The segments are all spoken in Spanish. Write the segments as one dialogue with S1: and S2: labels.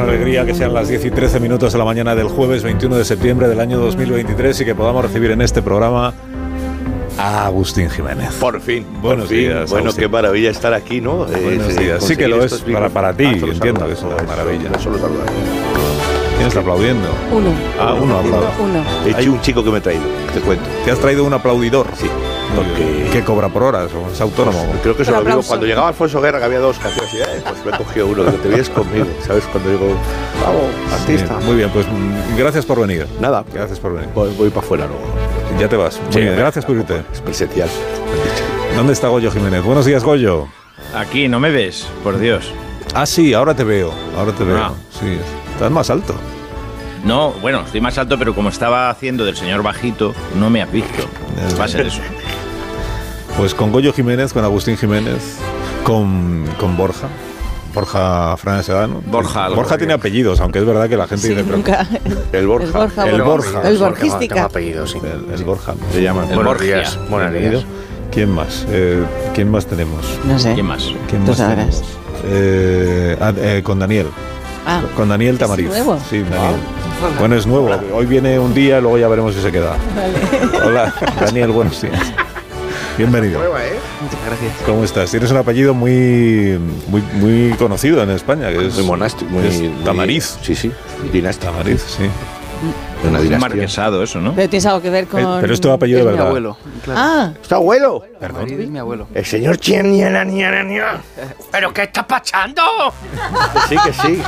S1: alegría que sean las 10 y 13 minutos de la mañana del jueves 21 de septiembre del año 2023 y que podamos recibir en este programa a Agustín Jiménez.
S2: Por fin.
S1: Buenos
S2: por fin.
S1: días,
S2: Bueno,
S1: Agustín.
S2: qué maravilla estar aquí, ¿no? Eh,
S1: Buenos días. Sí que lo es para- para
S2: Ah,
S1: ti, entiendo que es una maravilla. ¿Quién está aplaudiendo?
S3: Uno.
S1: Ah, uno aplaude.
S3: Uno.
S2: He hecho un chico que me ha traído, te cuento.
S1: Te has traído un aplaudidor.
S2: Sí.
S1: Muy
S2: Porque-
S1: bien. ¿Qué cobra por horas? ¿O ¿Es autónomo?
S2: Creo que se
S3: Un
S2: lo digo
S3: aplauso.
S2: cuando llegaba Alfonso Guerra, que había dos canciones, y, eh, pues me he cogido uno, que te vienes conmigo, ¿sabes? Cuando digo, vamos, artista.
S1: Bien, Muy bien, pues mm, gracias por venir.
S2: Nada,
S1: Gracias por venir.
S2: voy, voy para afuera luego.
S1: Ya te vas. Muy
S2: Sí,
S1: bien, gracias por irte.
S2: tampoco, Es presencial.
S1: ¿Dónde está Goyo Jiménez? Buenos días, Goyo.
S4: Aquí no me ves, por Dios.
S1: Ah, sí, ahora te veo. Ahora te veo.
S4: Ah.
S1: Sí, estás más alto.
S4: No, bueno, estoy más alto, pero como estaba haciendo del señor bajito, no me has visto. Va a ser eso.
S1: Pues con Goyo Jiménez, con Agustín Jiménez, con, con Borja. Borja Fernández Sedano.
S4: Borja algo,
S1: Borja tiene
S4: bien.
S1: apellidos, aunque es verdad que la gente
S3: Sí,
S1: dice. pero-
S3: nunca.
S2: El Borja.
S3: El Borja.
S1: El
S3: Borja.
S1: Borja.
S3: El Borjística.
S5: apellido, sí.
S1: El, el Borja.
S2: Se llaman.
S4: El
S5: Buenos
S4: Borgia.
S5: días. Buenos días.
S1: ¿Quién más? Eh, ¿Quién más tenemos?
S3: No sé.
S4: ¿Quién más?
S1: ¿Quién
S3: Tú
S1: más
S3: sabrás.
S1: tenemos? Eh, ah, eh, con Daniel.
S3: Ah,
S1: Con Daniel
S3: ¿Es
S1: Tamariz.
S3: nuevo?
S1: Sí, Daniel. Bueno, es nuevo. Hoy viene un día, luego ya veremos si se queda. Hola, Daniel, buenos días. Bienvenido.
S5: ¿eh? Muchas gracias.
S1: ¿Cómo estás? Tienes un apellido muy, muy, muy conocido en España, que es
S2: Muy monástico. Muy,
S1: es
S2: muy-
S1: Tamariz.
S2: Sí, sí. Dinastía.
S1: Tamariz, sí.
S2: Una
S4: Es un
S2: dinastía.
S4: marquesado eso, ¿no?
S3: pero tienes algo que ver con.
S1: Eh, pero es tu apellido de
S5: Mi
S1: verdad.
S5: abuelo. Claro.
S3: Ah,
S2: ¿Es tu abuelo?
S5: Madrid es mi abuelo.
S2: El señor Chien, ni na, ni na, ni na.
S5: ¿Pero qué está pasando?
S2: Sí, que sí.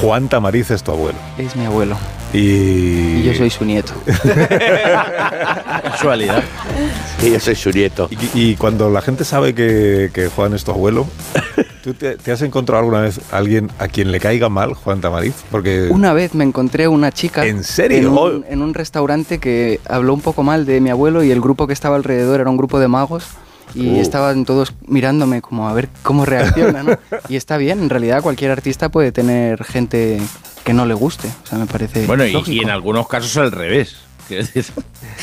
S1: Juan Tamariz es tu abuelo.
S5: Es mi abuelo.
S1: Y,
S5: Y yo soy su nieto.
S4: Casualidad.
S2: Y yo soy su nieto.
S1: y- y cuando la gente sabe que, que Juan es tu abuelo, ¿tú te, te has encontrado alguna vez a alguien a quien le caiga mal Juan Tamariz? Porque
S5: Una vez me encontré una chica.
S1: ¿En serio? Oh.
S5: En un, en un restaurante que habló un poco mal de mi abuelo y el grupo que estaba alrededor era un grupo de magos. Y
S2: Uh.
S5: estaban todos mirándome como a ver cómo reacciona, ¿no? Y está bien, en realidad cualquier artista puede tener gente que no le guste. O sea, me parece.
S4: Bueno, y,
S5: lógico.
S4: y en algunos casos al revés. Quiero decir,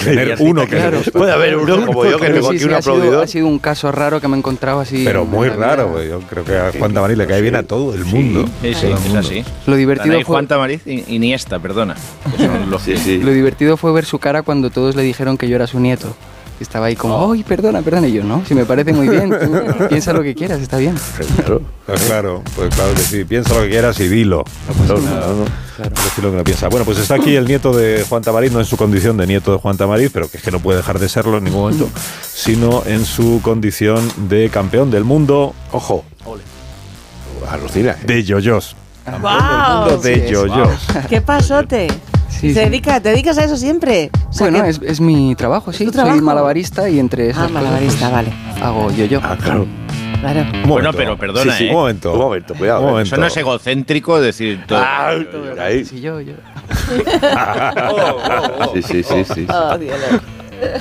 S1: tener uno que
S5: claro.
S1: le-
S2: Puede haber uno como yo que
S5: Pero
S2: tengo
S5: sí,
S2: aquí
S5: sí,
S2: un
S5: ha sido,
S2: aplaudidor.
S5: ha sido un caso raro que me he encontrado así.
S1: Pero
S5: en
S1: muy
S5: la vida.
S1: raro, güey. Yo creo que a Juan Tamariz le cae bien a todo el mundo.
S4: sí, sí,
S1: Todo el
S4: es
S1: mundo.
S4: así.
S5: Lo divertido
S4: Danaí,
S5: fue-
S4: Juan Tamariz y Iniesta, perdona. que son los
S2: Sí,
S4: que-
S2: sí.
S5: Lo divertido fue ver su cara cuando todos le dijeron que yo era su nieto. Y Estaba ahí como, ¡ay, perdona, perdona! Y yo, ¿no? Si me parece muy bien, tú piensa lo que quieras, está bien.
S2: Claro.
S1: Pues claro, pues claro que sí. Piensa lo que quieras y dilo.
S2: No, no, no.
S1: Decir lo que no piensa. Bueno, pues está aquí el nieto de Juan Tamariz, no en su condición de nieto de Juan Tamariz, pero que es que no puede dejar de serlo en ningún momento, sino en su condición de campeón del mundo
S2: Ojo. Alucina. ¿eh?
S1: de yoyos.
S4: Oh,
S3: wow.
S1: de
S5: Sí, es.
S1: yoyos.
S3: ¡Qué pasote!
S5: Sí,
S3: ¿Te,
S5: sí.
S3: dedica- ¿Te dedicas a eso siempre? O sea
S5: Bueno,
S3: que-
S5: es, es mi trabajo, sí.
S3: tu trabajo?
S5: Soy malabarista y entre esas
S3: Ah,
S5: cosas,
S3: malabarista,
S5: pues,
S3: vale.
S5: Hago yo-yo.
S2: Ah, claro.
S3: Claro.
S1: Un
S4: Bueno,
S1: momento.
S4: pero perdona,
S2: Sí, sí.
S4: ¿eh?
S1: Un momento.
S2: Un momento, cuidado.
S1: Un
S2: eh.
S1: momento.
S4: Eso no es egocéntrico, es decir, todo.
S2: Ah, ahí.
S5: Sí, yo, yo.
S2: Sí, sí, sí, sí.
S3: Oh, Dios.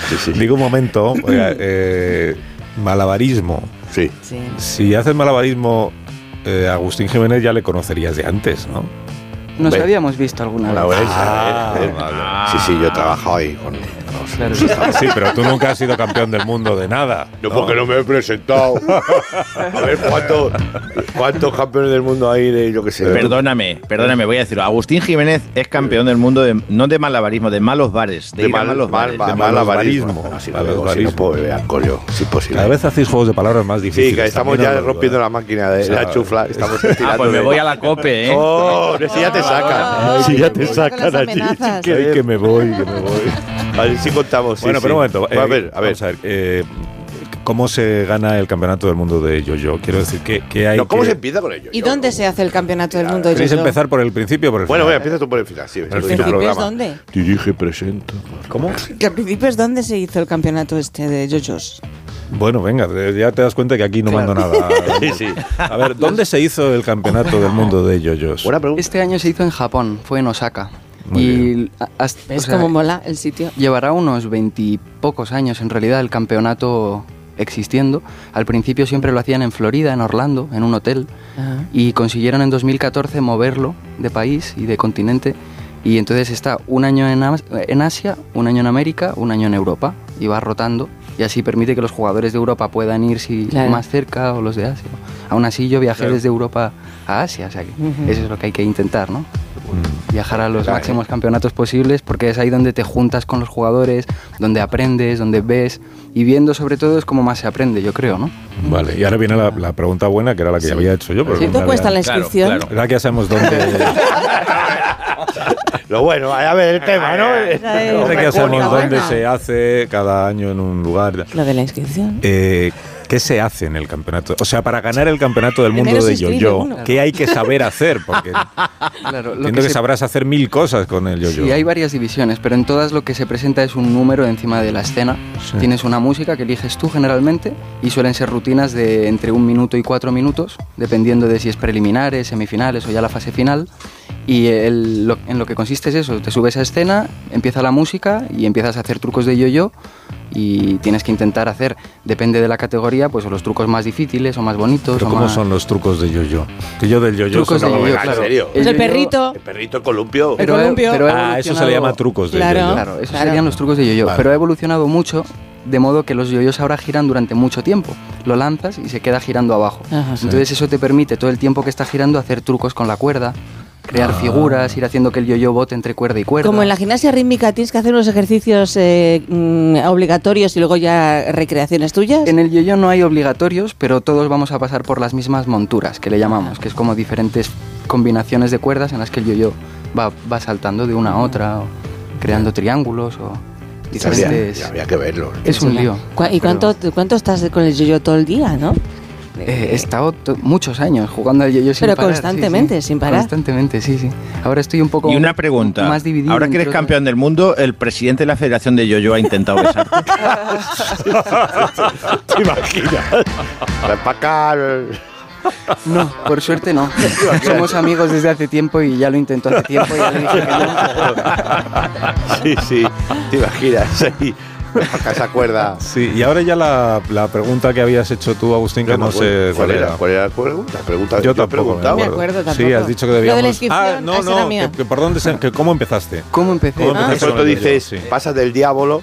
S2: Sí, sí, sí.
S1: Digo un momento, oiga, eh, malabarismo.
S2: Sí.
S3: Sí.
S1: Si haces malabarismo, eh, Agustín Jiménez ya le conocerías de antes, ¿no?
S5: Nos
S2: Ve.
S5: habíamos visto alguna
S2: Una
S5: vez.
S2: vez.
S1: Ah,
S2: eh, eh.
S4: vale.
S2: Sí, sí, yo he trabajado ahí con. no sé.
S5: Claro.
S1: Ah, Sí, pero tú nunca has sido campeón del mundo de nada.
S2: No, porque no me he presentado. A ver cuántos cuántos campeones del mundo hay de yo que sé.
S4: Perdóname, perdóname, voy a decirlo. Agustín Jiménez es campeón del mundo, de, no de malabarismo, de malos bares. De,
S2: De
S4: ir a
S2: mal,
S4: malos
S2: mal,
S4: bares. Ah, pues
S2: mal,
S1: de malabarismo.
S2: malabarismo. Bueno, Si no digo, si no puedo beber alcohol yo, si es posible.
S1: Cada vez hacéis juegos de palabras más difíciles.
S2: Sí, que estamos
S1: También
S2: ya
S1: os lo-
S2: rompiendo la máquina de
S1: Claro.
S2: la chufla. Estamos
S4: Ah, pues me voy a la cope, ¿eh?
S2: ¡Oh! Si
S3: Ah,
S2: ya te sacan.
S3: Ay,
S2: Si ya
S3: cuidado
S2: te
S3: con
S2: sacan
S3: las
S2: allí.
S3: amenazas.
S1: Que, que me voy, que me voy.
S2: A ver si contamos. sí,
S1: bueno, pero un
S2: sí.
S1: momento. eh,
S2: a ver, a ver.
S1: vamos eh, ¿Cómo se gana el campeonato del mundo de yo-yo? Quiero decir, que, que hay.
S2: No, ¿Cómo
S1: que-
S2: se empieza con ello?
S3: ¿Y dónde se hace el campeonato del mundo?
S1: ¿Queréis
S3: Yo-Yo?
S1: empezar por el principio o por el
S2: Bueno, bueno,
S1: final?
S2: empieza tú por el final. Sí,
S1: el
S2: sí,
S3: ¿Principios
S2: programa.
S3: dónde?
S2: Dirige, presenta.
S1: ¿Cómo?
S3: ¿Que a principios dónde se hizo el campeonato este de yoyos?
S1: Bueno, venga, eh, ya te das cuenta que aquí no
S5: Claro.
S1: mando nada.
S2: Sí, sí.
S1: A ver, ¿dónde se hizo el campeonato del mundo de yoyos?
S2: Buena pregunta.
S5: Este año se hizo en Japón, fue en Osaka.
S1: Muy
S5: y
S1: bien.
S5: a- hasta- o
S3: ¿Ves
S5: sea,
S3: cómo mola el sitio?
S5: Llevará unos veintipocos años en realidad el campeonato existiendo. Al principio siempre lo hacían en Florida, en Orlando, en un hotel.
S3: Ah.
S5: Y consiguieron en 2014 moverlo de país y de continente. Y entonces está un año en, Am- en Asia, un año en América, un año en Europa. Y va rotando y así permite que los jugadores de Europa puedan ir si
S3: Claro.
S5: más cerca o los de Asia. Aún así yo viajé
S4: Claro.
S5: desde Europa a Asia, o sea que
S3: Ujú.
S5: eso es lo que hay que intentar, ¿no? Viajar a los
S2: Claro,
S5: máximos campeonatos posibles porque es ahí donde te juntas con los jugadores, donde aprendes, donde ves y viendo sobre todo es como más se aprende, yo creo, ¿no?
S1: Vale, y ahora viene la, la pregunta buena, que era la que ya había hecho yo. Pero
S3: ¿Cuánto
S1: la
S3: cuesta la
S1: verdad-
S4: Claro,
S3: inscripción?
S4: claro.
S1: la verdad que ya sabemos dónde...
S2: Lo bueno, a ver el tema, ¿no?
S3: Ay,
S1: Ahora que ya sabemos
S3: Buena,
S1: dónde
S3: buena.
S1: se hace cada año en un lugar.
S3: Lo de la inscripción.
S1: Eh, ¿Qué se hace en el campeonato? O sea, para ganar el campeonato del mundo
S3: Primero se
S1: de
S3: inscribe
S1: yo-yo,
S3: uno.
S1: ¿qué hay que saber hacer? Porque
S5: Claro, lo
S1: entiendo que
S5: se-
S1: sabrás hacer mil cosas con el yo-yo.
S5: Sí, hay varias divisiones, pero en todas lo que se presenta es un número encima de la escena.
S1: Sí.
S5: Tienes una música que eliges tú generalmente y suelen ser rutinas de entre un minuto y cuatro minutos, dependiendo de si es preliminares, semifinales o ya la fase final. Y el- lo- en lo que consiste es eso, te subes a escena, empieza la música y empiezas a hacer trucos de yo-yo y tienes que intentar hacer, depende de la categoría, pues los trucos más difíciles o más bonitos.
S1: Pero
S5: o
S1: ¿cómo
S5: más-
S1: son los trucos de yo-yo? Que yo del yo-yo
S5: Trucos
S1: solo
S5: de
S1: me
S5: yo-yo,
S1: hago-
S2: ¿en
S5: claro.
S2: serio?
S3: Es el
S5: yo-yo-
S3: perrito.
S2: El perrito columpio.
S3: El
S5: he-
S3: columpio.
S5: Eh, pero he
S1: Ah, eso se le
S5: evolucionado-
S1: llama trucos de
S3: Claro.
S1: yo-yo.
S5: Claro, esos
S3: Claro.
S5: serían los trucos de yo-yo.
S1: Vale.
S5: Pero ha evolucionado mucho, de modo que los yoyos ahora giran durante mucho tiempo. Lo lanzas y se queda girando abajo.
S3: Ajá. Sí.
S5: Entonces eso te permite todo el tiempo que está girando hacer trucos con la cuerda, crear figuras, ir haciendo que el yo-yo bote entre cuerda y cuerda.
S3: Como en la gimnasia rítmica tienes que hacer unos ejercicios eh, mm, obligatorios y luego ya recreaciones tuyas.
S5: En el yo-yo no hay obligatorios, pero todos vamos a pasar por las mismas monturas, que le llamamos, que es como diferentes combinaciones de cuerdas en las que el yo-yo va, va saltando de una a otra, o creando triángulos o
S2: Habría,
S5: diferentes...
S2: habría que verlo.
S5: Es un lío.
S3: Cua- ¿Y cuánto, cuánto estás con el yo-yo todo el día, no?
S5: Eh, he estado to- muchos años jugando al yo-yo sin
S3: Pero
S5: parar, sí,
S3: constantemente,
S5: sí.
S3: sin parar.
S5: Constantemente, sí, sí. Ahora estoy un poco
S4: Y una pregunta.
S5: más dividido.
S4: Ahora que eres
S5: entre otras-
S4: campeón del mundo, el presidente de la Federación de Yoyo ha intentado besarte.
S2: ¿Te imaginas? Ven pa' acá.
S5: No, por suerte no. Somos amigos desde hace tiempo y ya lo intentó hace tiempo y ya le dije que no.
S2: Sí, sí. ¿Te imaginas? Sí. Ven pa' acá esa cuerda.
S1: Sí, y ahora ya la, la pregunta que habías hecho tú, Agustín, que
S2: Yo me
S1: no sé
S2: acuerdo.
S1: cuál era.
S2: ¿Cuál era la pregunta? La pregunta
S1: Yo
S2: yo he
S1: tampoco ¿eh? me
S2: preguntado.
S1: acuerdo.
S3: Me acuerdo
S1: Sí,
S3: tampoco.
S1: has dicho que
S3: Lo de la
S1: debíamos...
S3: inscripción,
S1: ah, no,
S3: esa era
S1: no,
S3: mía.
S1: que- que ¿por dónde se- que ¿Cómo empezaste?
S5: ¿Cómo empecé?
S1: ¿Cómo
S2: De
S1: empezaste?
S2: pronto
S1: Sí.
S2: dices, pasas del diablo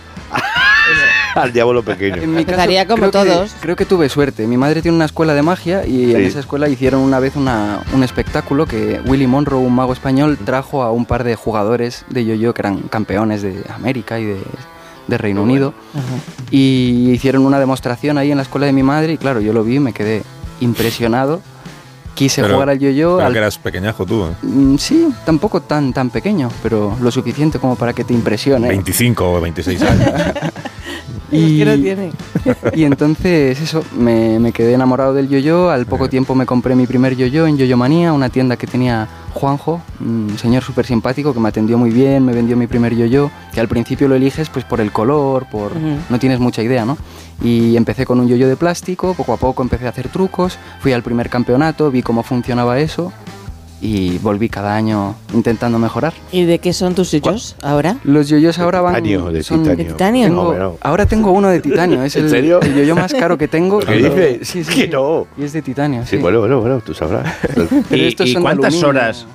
S2: al diablo
S5: En
S2: pequeño.
S5: mi caso,
S3: Empezaría como
S5: creo que-
S3: todos.
S5: creo que tuve suerte. Mi madre tiene una escuela de magia y en
S2: Sí.
S5: esa escuela hicieron una vez una- un espectáculo que Willy Monroe, un mago español, trajo a un par de jugadores de yo-yo que eran campeones de América y de, de Reino Unido. Y hicieron una demostración ahí en la escuela de mi madre y claro, yo lo vi y me quedé impresionado. Quise
S1: Pero-
S5: jugar al yo-yo.
S1: Creo
S5: al-
S1: que eras pequeñajo tú, ¿eh?
S5: Mm, Sí, tampoco tan, tan pequeño, pero lo suficiente como para que te impresione.
S1: 25 o 26 años.
S5: Y-
S3: ¿Qué lo tiene?
S5: Y entonces eso, me, me quedé enamorado del yo-yo, al poco tiempo me compré mi primer yo-yo en Yoyo Manía, una tienda que tenía Juanjo, un señor súper simpático que me atendió muy bien, me vendió mi primer yo-yo, que al principio lo eliges pues por el color, por
S3: Ujú.
S5: no tienes mucha idea, ¿no? Y empecé con un yo-yo de plástico, poco a poco empecé a hacer trucos, fui al primer campeonato, vi cómo funcionaba eso y volví cada año intentando mejorar.
S3: ¿Y de qué son tus yoyos ahora?
S5: Los yoyos ahora van.
S2: titanio, de
S5: son-
S2: titanio.
S3: ¿De titanio?
S5: tengo-
S2: No, no.
S5: Ahora tengo uno de titanio. Es
S2: ¿En
S5: el,
S2: serio?
S5: el yoyo más caro que tengo.
S2: ¿Qué dices?
S5: Ah, Sí, sí,
S2: Que
S5: sí.
S2: no.
S5: Y es de titanio.
S2: Sí,
S5: Sí,
S2: bueno, bueno, bueno, tú sabrás.
S5: Pero
S4: ¿Y,
S5: estos
S4: y
S5: son de
S4: cuántas
S5: aluminio.
S4: horas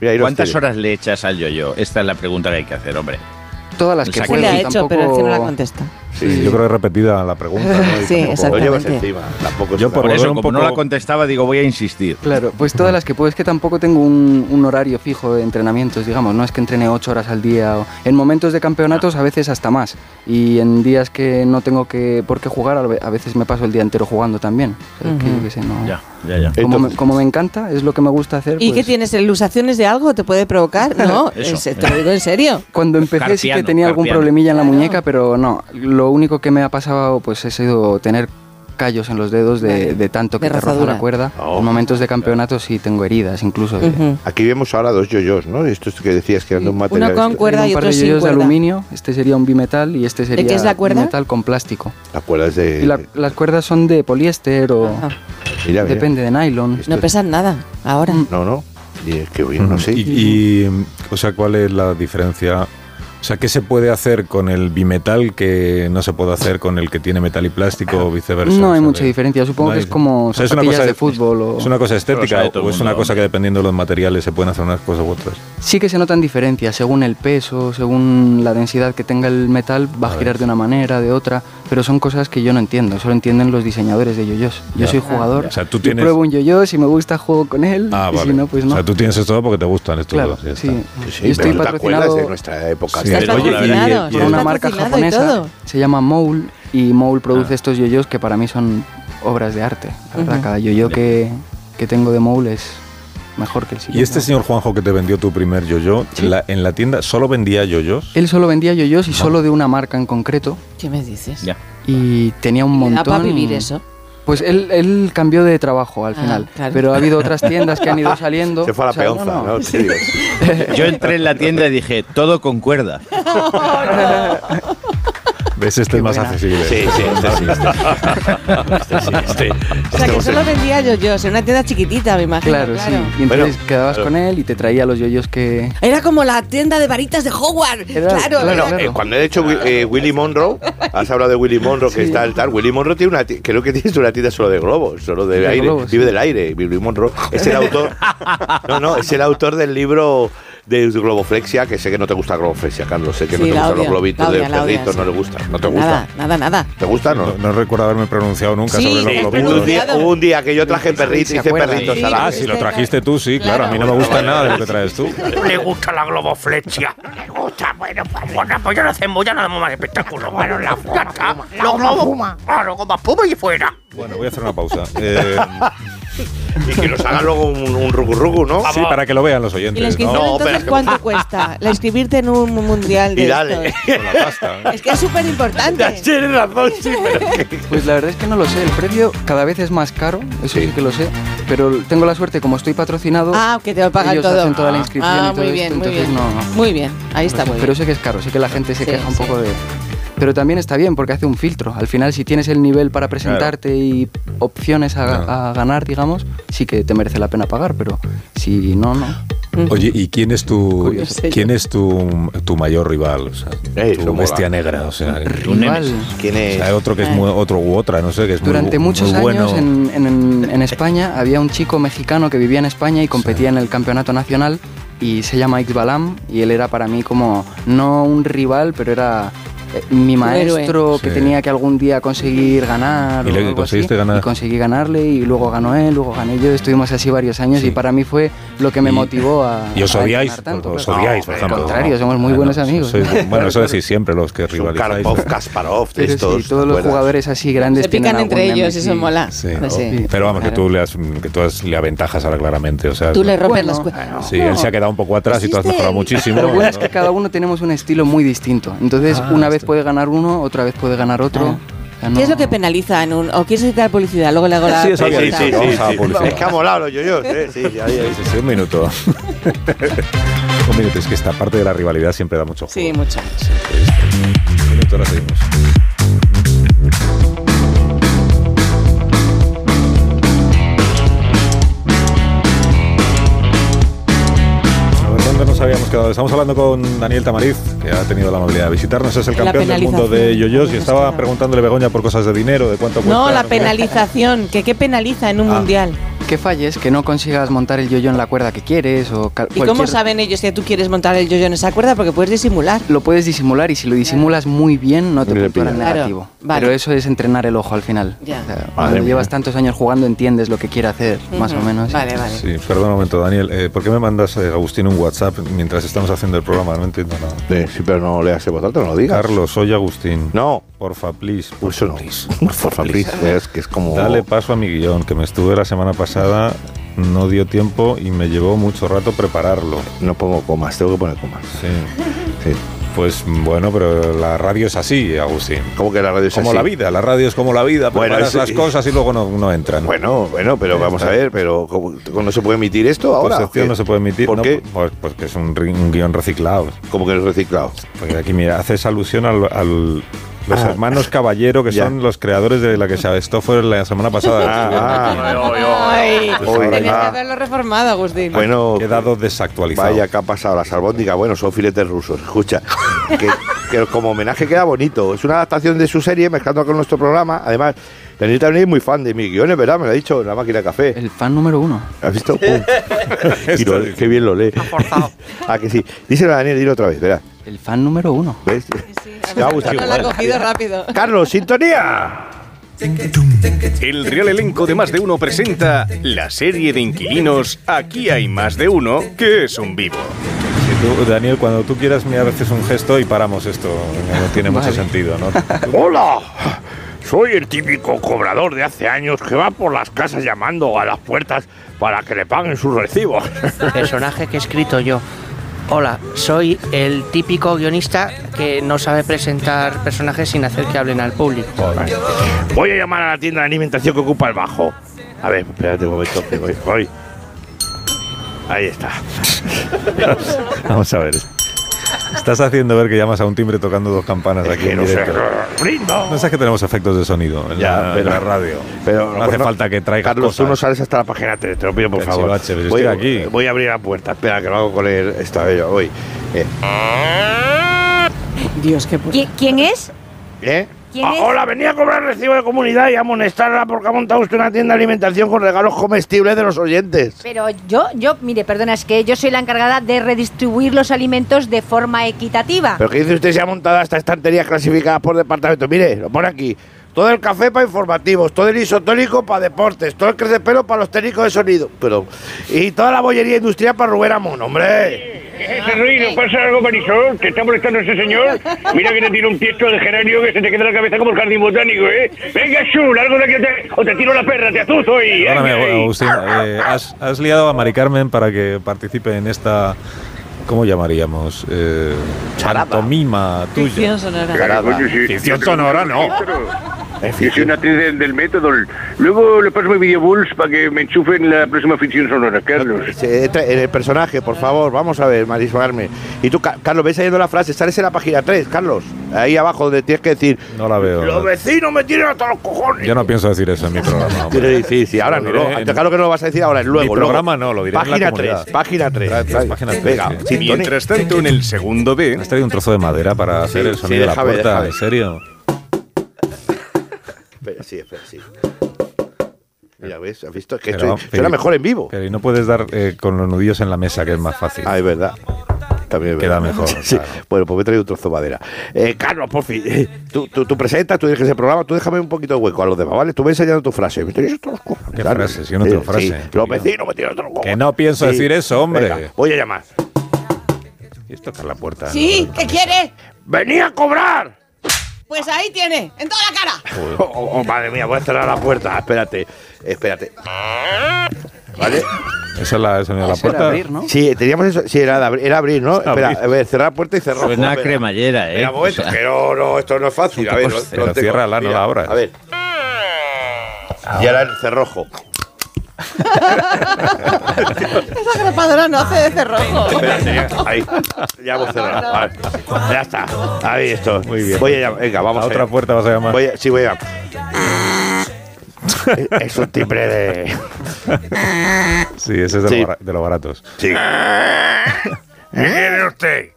S2: Mira, ahí los
S4: cuántas
S2: tienes.
S4: horas le echas al yo-yo? Esta es la pregunta que hay que hacer, hombre.
S5: Todas las
S4: O
S5: que
S4: sea,
S3: Se
S4: Bueno,
S3: le
S5: puedo.
S3: ha hecho,
S5: tampoco-
S3: pero es que no la contesta.
S1: Sí, yo creo que repetida la pregunta. ¿no? Y
S3: Sí,
S1: tampoco-
S2: Lo llevas
S3: Exactamente.
S2: encima. Tampoco es
S1: Yo
S2: una
S4: Por
S1: por volver
S4: eso,
S1: un
S4: como no
S1: poco-
S4: la contestaba, digo, voy a insistir.
S5: Claro, pues todas las que puedo. Es que tampoco tengo un, un horario fijo de entrenamientos, digamos. No es que entrene ocho horas al día. o- En momentos de campeonatos a veces hasta más. Y en días que no tengo que por qué jugar, a ve- a veces me paso el día entero jugando también. O sea, que yo qué sé, no-
S4: Ya, ya, ya.
S5: Como, me,
S2: Entonces-
S5: como me encanta, es lo que me gusta hacer.
S3: ¿Y
S5: pues-
S3: qué tienes? ¿Lusaciones de algo te puede provocar? No,
S4: Eso.
S3: es- te lo digo en serio.
S5: Cuando empecé sí que
S4: Carpiano,
S5: tenía algún
S4: carpiano.
S5: problemilla en la
S3: Claro.
S5: muñeca, pero no. Lo único que me ha pasado pues ha sido tener callos en los dedos de, de tanto que
S3: De
S5: te roza
S3: rozadura.
S5: la cuerda.
S2: Oh.
S5: en momentos de campeonato sí tengo heridas, incluso. de-
S3: Ujú.
S2: Aquí vemos ahora dos yoyos, ¿no? Esto es que decías que eran de un
S3: Uno
S2: material. este.
S3: con
S2: extra-
S3: cuerda
S5: Tengo un
S3: y
S5: par
S3: otro
S5: de
S3: sin
S5: yoyos de
S3: cuerda.
S5: aluminio, este sería un bimetal y este sería
S3: qué es la cuerda?
S5: metal con plástico.
S2: La cuerda es de.
S5: La- las cuerdas son de poliéster o
S3: Ajá.
S2: Mira, mira.
S5: depende de nylon.
S2: Esto
S3: No
S2: es-
S3: pesan Ah, nada ahora.
S2: No, no. Y es que bien, no sé.
S1: Mm. Y, y, o sea, ¿cuál es la diferencia? O sea, ¿qué se puede hacer con el bimetal que no se puede hacer con el que tiene metal y plástico o viceversa?
S5: No
S1: O
S5: hay
S1: sea,
S5: mucha
S1: de-
S5: diferencia, supongo
S1: no
S5: que
S1: hay-
S5: es como
S1: o sea, es una
S5: zapatillas
S1: cosa
S5: de fútbol o-
S1: ¿Es una cosa
S4: Pero
S1: estética
S4: sabe todo el
S1: o es una
S4: mundo.
S1: cosa que dependiendo de los materiales se pueden hacer unas cosas u otras?
S5: Sí que se notan diferencias, según el peso, según la densidad que tenga el metal, va a girar de una manera, de otra, pero son cosas que yo no entiendo, solo entienden los diseñadores de yoyos. Yo
S1: Ya.
S5: soy jugador,
S1: O sea, tú
S5: yo
S1: tienes-
S5: pruebo un yoyo, si me gusta juego con él,
S1: Ah,
S5: y
S1: vale.
S5: si no, pues no.
S1: O sea, tú tienes esto porque te gustan estos
S5: Claro,
S1: dos. ya está.
S5: sí.
S2: Sí,
S5: Yo
S2: pero
S5: estoy
S2: ¿no te acuerdas
S5: patrocinado
S2: de nuestra época?
S1: Sí.
S2: Estás
S4: Pero oye,
S2: patrocinado.
S4: patrocinado,
S1: y- y-
S5: por
S1: Está
S5: una marca
S3: patrocinado y
S5: japonesa,
S3: todo.
S5: se llama Moul, y Moul
S1: Ah.
S5: produce estos yoyos que para mí son obras de arte. La verdad,
S3: Ujú.
S5: cada yoyo que, que tengo de Moul es mejor que el siguiente.
S1: Y este señor Juanjo que te vendió tu primer yoyo,
S5: Sí.
S1: la- en la tienda solo vendía yoyos.
S5: Él solo vendía yoyos y solo de una marca en concreto,
S3: ¿Qué me dices?
S4: Ya.
S5: y tenía un
S3: ¿Me da
S5: montón...
S3: para vivir eso?
S5: Pues él, él cambió de trabajo al
S3: Ah,
S5: final,
S3: claro.
S5: pero ha habido otras tiendas que han ido saliendo.
S2: Se fue a la
S5: O sea,
S2: peonza,
S5: no,
S2: ¿no?
S5: no.
S2: Sí, digo,
S4: Yo entré en la tienda y dije, todo con cuerda.
S1: ¿Ves? Este
S5: Qué
S1: es más
S5: buena.
S1: accesible.
S2: Sí, sí, este sí, este sí. Este sí, este.
S3: O sea,
S2: Este
S3: que
S2: sí.
S3: solo vendía yoyos en una tienda chiquitita, me imagino.
S5: Claro,
S3: Claro,
S5: sí. Y entonces
S2: Bueno,
S5: quedabas
S2: claro.
S5: con él y te traía los yoyos que...
S3: Era como la tienda de varitas de Howard.
S5: Era-
S3: claro,
S5: claro,
S3: era-
S2: Bueno, eh, cuando he hecho Wi- eh, Willy Monroe, has hablado de Willy Monroe que
S5: Sí.
S2: está al tal. Willy Monroe tiene una, ti- creo que tienes una tienda solo de globos, solo de,
S5: De
S2: aire,
S5: globos,
S2: vive
S5: sí.
S2: del aire. Willy Monroe es el autor, no, no, es el autor del libro de globoflexia, que sé que no te gusta globoflexia, Carlos, sé que no
S3: Sí,
S2: te
S3: la
S2: gustan los
S3: odia,
S2: globitos
S3: la
S2: de
S3: odia, la odia,
S2: perritos,
S3: sí.
S2: no le gusta, no te gusta.
S3: Nada, nada, nada.
S2: ¿Te gusta o no?
S1: No, no recuerdo haberme pronunciado nunca
S3: Sí,
S1: sobre
S3: te has
S1: los
S2: Hubo un
S1: globitos.
S2: día, hubo un día que yo traje perritos,
S5: se
S2: hice
S5: acuerda,
S2: perritos
S3: sí.
S2: a la
S1: Ah, si lo trajiste tú, sí,
S3: Claro.
S1: claro. A mí no me gusta nada de lo que traes tú.
S6: Le gusta la globoflexia. Le gusta, bueno, pues, bueno, pues yo no hacemos ya nada más espectáculo. Bueno, la plata, los globos, ah, los globos puma y fuera.
S1: Bueno, voy a hacer una pausa. Eh,
S2: Y que nos haga luego un, un rucurrucu, ¿no?
S1: sí, para que lo vean los
S3: ¿Y la
S1: oyentes,
S3: inscripción
S1: ¿no?
S2: No, pero
S3: entonces
S2: es que-
S3: cuánto cuesta? La inscribirte en un mundial de
S2: Y dale.
S3: estos.
S1: Con la pasta.
S3: Es que es súper importante.
S2: Tienes razón, sí, pero es que-
S5: Pues la verdad es que no lo sé, el precio cada vez es más caro, eso sí,
S2: Sí.
S5: que lo sé, pero tengo la suerte, como estoy patrocinado,
S3: Ah, que te lo pagan
S5: Ellos
S3: todo.
S5: hacen toda la inscripción
S3: ah,
S5: y todo
S3: muy
S5: esto,
S3: bien, muy
S5: entonces
S3: bien.
S5: no-
S3: Muy bien, ahí está muy
S5: pero
S3: bien.
S5: sé que es caro, sé que la gente se
S3: Sí,
S5: queja un
S3: sí.
S5: poco de... Pero también está bien porque hace un filtro, al final si tienes el nivel para presentarte y opciones a,
S1: Claro.
S5: a ganar, digamos, sí que te merece la pena pagar, pero si no, no.
S1: Oye, ¿y quién es tu
S5: Curioso.
S1: quién es tu, tu mayor rival? O sea,
S2: Ey,
S1: tu
S2: lo mola.
S1: bestia negra, o sea, que-
S4: Un
S5: Rival.
S4: Nemesis.
S2: ¿Quién
S1: o
S2: es?
S1: sea, hay otro que es muy- otro u otra, no sé, que es muy
S5: Eh. Durante
S1: bu- muy,
S5: muchos
S1: bueno.
S5: años en, en- en España había un chico mexicano que vivía en España y competía en el campeonato nacional y se llama Ixbalam y él era para mí como no un rival, pero era eh, mi maestro que
S1: Sí.
S5: tenía que algún día conseguir ganar.
S1: Y
S5: o
S1: le-
S5: algo
S1: conseguiste
S5: así.
S1: ganar.
S5: Y conseguí ganarle y luego ganó él, luego gané yo. Estuvimos así varios años
S1: Sí.
S5: y para mí fue lo que me
S1: Y-
S5: motivó a...
S1: Y os
S5: a
S1: odiáis,
S5: entrenar tanto,
S1: os
S5: claro.
S1: odiáis, por
S5: al
S1: ejemplo.
S5: contrario, somos muy
S1: Ah, no,
S5: buenos
S1: so-
S5: amigos.
S1: sois bu- bueno, eso decís siempre los que
S2: Es un
S1: rivalizáis.
S2: Karpov, Kasparov, de
S5: Pero sí,
S2: estos.
S5: todos los
S2: buenas.
S5: jugadores así grandes
S3: Se pican
S5: tienen
S3: entre
S5: algún
S3: ellos,
S5: Nemesis.
S3: eso mola.
S1: Sí,
S3: Pues sí.
S5: Sí.
S1: pero vamos, que
S5: Claro.
S1: tú, le has- que tú has- le aventajas ahora claramente. O sea,
S3: Tú le rompes
S5: Bueno,
S3: las cuerdas.
S1: Sí, él se ha quedado un poco atrás y tú has
S3: Existe
S1: mejorado
S3: el-
S1: muchísimo.
S5: Lo bueno es que
S1: ¿no?
S5: cada uno tenemos un estilo muy distinto. Entonces,
S1: Ah,
S5: una vez
S1: está. Ah.
S5: puede ganar uno, otra vez puede ganar otro. O sea, no-
S3: ¿Qué es lo que penaliza en un.? ¿O quieres quitar publicidad? Luego le hago la.
S1: Sí, eso
S2: Sí, sí,
S1: Vamos
S2: sí,
S1: a
S2: sí,
S1: la
S2: sí.
S1: publicidad.
S2: Es que ha molado los yoyos, eh, sí, sí, ahí, ahí.
S1: Sí, sí, un minuto. un minuto, es que esta parte de la rivalidad siempre da mucho juego.
S3: Sí, mucho.
S1: Un minuto, ahora seguimos. A ver, ¿dónde nos habíamos quedado? Estamos hablando con Daniel Tamariz, que ha tenido la amabilidad de visitarnos. Es el
S3: La
S1: campeón del mundo de
S3: penalización.
S1: yoyos y
S3: Nos
S1: estaba
S3: quedamos.
S1: preguntándole Begoña por cosas de dinero, de cuánto cuesta.
S3: No, la
S1: sé qué.
S3: penalización. ¿Qué, qué penaliza en un
S1: Ah.
S3: mundial?
S5: Que falles, que no consigas montar el yoyo en la cuerda que quieres o cal-
S3: ¿Y cómo
S5: cualquier-
S3: saben ellos que tú quieres montar el yoyo en esa cuerda? Porque puedes disimular.
S5: Lo puedes disimular y si lo disimulas muy bien no te
S2: Ni le
S5: puntúan en
S3: pillan.
S5: negativo.
S3: Claro, vale.
S5: Pero eso es entrenar el ojo al final.
S3: Ya.
S5: cuando
S2: mía.
S5: llevas tantos años jugando entiendes lo que quiere hacer, más o
S3: Ujú.
S5: menos.
S3: Mm. Vale, vale.
S1: Sí, perdón un momento, Daniel. eh, ¿Por qué me mandas, eh, Agustín, un WhatsApp mientras estamos haciendo el programa? No entiendo nada.
S2: Sí, sí, pero no leas el botón, no lo digas.
S1: Carlos, soy Agustín.
S2: No.
S1: Porfa, please.
S2: Por eso no. Por favor, please. Es que es como.
S1: Dale paso a mi guión, que me estuve la semana pasada, no dio tiempo y me llevó mucho rato prepararlo.
S2: No pongo comas, tengo que poner comas.
S1: Sí.
S2: Sí.
S1: Pues bueno, pero la radio es así, Agustín.
S2: Como que la radio es
S1: Como
S2: así?
S1: la vida, la radio es como la vida,
S2: Bueno,
S1: preparas
S2: eso-
S1: las cosas y luego no, no entran.
S2: Bueno, bueno, pero vamos a ver, pero ¿cómo- ¿no se puede emitir esto
S1: Pues
S2: ahora?
S1: esto
S2: ¿Qué?
S1: no se puede emitir.
S2: ¿Por
S1: no,
S2: qué?
S1: pues- porque es un, ri- un guión reciclado.
S2: Como que es reciclado.
S1: Porque aquí, mira, haces alusión al... al- los
S2: Ah.
S1: hermanos Caballero, que
S2: Ya.
S1: son los creadores de la que se esto fue la semana pasada.
S2: Ah,
S3: Ay,
S7: Pues
S2: Oy,
S3: tenías
S2: ah.
S3: que haberlo reformado, Agustín.
S2: bueno.
S1: He dado desactualizado.
S2: Vaya, que ha pasado las albóndigas. Bueno, son filetes rusos. Escucha, que, que como homenaje queda bonito. Es una adaptación de su serie mezclando con nuestro programa. Además, Daniel también es muy fan de mis guiones, ¿verdad? Me lo ha dicho en la máquina de café.
S5: El fan número uno.
S2: ¿Has visto? Pum. Y lo-
S1: Esto-
S2: qué bien lo lee. Ah, que sí. Díselo a Daniel, dilo otra vez, verás.
S5: El fan número uno.
S2: ¿Ves? Te va a gustar.
S3: No la ha cogido rápido.
S2: Carlos, sintonía.
S8: El real elenco de Más de Uno presenta la serie de inquilinos Aquí hay Más de Uno, que es un vivo.
S1: Tú, Daniel, cuando tú quieras, me haces un gesto y paramos esto. No tiene mucho
S5: Vale.
S1: sentido, ¿no?
S7: ¡Hola! Soy el típico cobrador de hace años que va por las casas llamando a las puertas para que le paguen sus recibos.
S9: personaje que he escrito yo. Hola, soy el típico guionista que no sabe presentar personajes sin hacer que hablen al público.
S7: Voy a llamar a la tienda de alimentación que ocupa el bajo.
S2: A ver, espérate un momento. que voy, voy. Ahí está.
S1: Vamos a ver. Estás haciendo ver que llamas a un timbre tocando dos campanas aquí en
S2: Quiero ser
S1: directo.
S7: ¡Brindo!
S1: No sabes que tenemos efectos de sonido en,
S2: Ya,
S1: la, en
S2: pero-
S1: Ah, la radio.
S2: Pero
S1: no hace
S2: bueno,
S1: falta que traigas
S2: Carlos,
S1: cosas.
S2: tú no sales hasta la página 3, te lo pido por
S1: Pero
S2: favor.
S1: si, macho, pero
S2: voy,
S1: estoy aquí.
S2: voy a abrir la puerta, espera que lo hago con el esto, a ver, yo voy. Eh,
S3: Dios, qué puto.
S10: ¿Qui- ¿Quién es?
S2: ¿eh?
S10: ¿Quién
S7: Ah,
S10: es?
S7: hola, venía a cobrar recibo de comunidad y a amonestarla porque ha montado usted una tienda de alimentación con regalos comestibles de los oyentes.
S10: Pero yo, yo, mire, perdona, es que yo soy la encargada de redistribuir los alimentos de forma equitativa.
S2: Pero qué dice usted se ha montado hasta estanterías clasificadas por departamento. Mire, lo pone aquí. Todo el café para informativos, todo el isotónico para deportes, todo el crecepelo para los técnicos de sonido. Pero y toda la bollería industrial para Rubén Amón, hombre.
S7: Ese ruido, pasa algo, Marisol. ¿Te está molestando ese señor? Mira que te tiro un tiesto de geranio que se te queda la cabeza como el jardín botánico, ¿eh? Venga, Shu, largo de aquí o te, o te tiro la perra, te azuzo y...
S1: Perdóname,
S7: ¡Ey!
S1: Agustín, eh, has, has liado a Mari Carmen para que participe en esta. ¿Cómo llamaríamos? Eh,
S2: Charada.
S1: pantomima tuya.
S3: Ficción sonora.
S7: Claro,
S2: Caramba.
S7: coño, sí.
S1: Ficción
S7: Yo
S1: sonora,
S7: tengo un
S1: no.
S7: registro.
S2: Es
S7: Yo soy
S2: ficción.
S7: una actriz del, del método. Luego le paso mi videobulls para que me enchufen la próxima ficción sonora, Carlos.
S2: Se- entra En el personaje, por favor, vamos a ver, Marisol Arme. Y tú, Ca- Carlos, ves saliendo la frase, sales en la página 3, Carlos. Ahí abajo donde tienes que decir.
S1: No la
S7: Los
S1: veo.
S7: vecinos me tiran hasta los cojones.
S1: Yo no pienso decir eso en mi programa. hombre.
S2: Sí, sí, sí, ahora
S1: Lo
S2: no.
S1: diré
S2: lo-
S1: en-
S2: antes, claro que no lo vas a decir ahora, es luego. luego.
S1: programa no, lo diré en la
S2: Página
S1: comunidad.
S2: 3, página
S1: Eh,
S2: 3.
S1: página tres,
S2: Venga,
S1: sí.
S2: sintonía.
S8: Mientras tanto, en el segundo B,
S1: ¿Has traído un trozo de madera para hacer
S2: Sí,
S1: el
S2: sí,
S1: sonido de la
S2: déjame,
S1: puerta?
S2: déjame.
S1: ¿En serio?
S2: Espera, sí, espera, sí. Mira, ¿ves? ¿Has visto? Que
S1: Pero,
S2: esto suena
S1: pero-
S2: mejor en vivo.
S1: Pero y no puedes dar eh, con los nudillos en la mesa, que es más fácil.
S2: Ah, es verdad. También es
S1: Queda
S2: verdad.
S1: mejor,
S2: Sí.
S1: claro.
S2: Bueno, pues me he traído un trozo de madera. Eh, Carlos, por fin. eh, tú, tú, tú presentas, tú diriges el programa, tú déjame un poquito de hueco a los demás, ¿vale? Tú me enseñando tu frase. Me tienes otros cojones,
S1: ¿Qué
S2: Carlos.
S1: frase? Si yo no tengo
S2: Sí,
S1: frase.
S2: sí. Los vecinos me tiran otros cojones.
S1: Que no pienso decir eso, hombre.
S2: Venga, voy a llamar.
S1: Y es tocar la puerta.
S3: Sí, ¿qué quieres?
S7: ¡Venía a cobrar!
S3: Pues ahí tiene, en toda la cara.
S2: Oh, oh, oh, madre mía, voy a cerrar la puerta. Ah, Espérate, espérate. ¿Vale?
S1: Esa es la, el
S3: Ah,
S1: sonido de la
S5: Ese era
S1: puerta.
S5: abrir, ¿no?
S2: Sí, teníamos eso. Sí, era, de abrir- era abrir, ¿no? Espera,
S1: abrir.
S2: a ver, cerrar la puerta y cerrar.
S4: Suena a
S2: Espera.
S4: cremallera, ¿eh?
S2: Espera un momento,
S4: O sea,
S2: que no, no, esto no es fácil. A ver, no,
S1: Pero
S2: no tengo-
S1: cierra la, no
S2: mira,
S1: la abras.
S2: A ver. Y ahora el cerrojo.
S3: Esa grapadora no hace de cerrojo.
S2: Espera, tenía- ahí. Ya hemos cerrado. Vale. Ya está. Ahí esto.
S1: Muy bien.
S2: Voy a llamar. Venga, vamos
S1: a
S2: a
S1: otra puerta vas a llamar.
S2: Voy a- sí, voy a. Es- es un timbre de.
S1: Sí, ese es de,
S2: Sí.
S1: lo bara- de los baratos.
S2: Sí.
S7: ¿Qué quiere usted?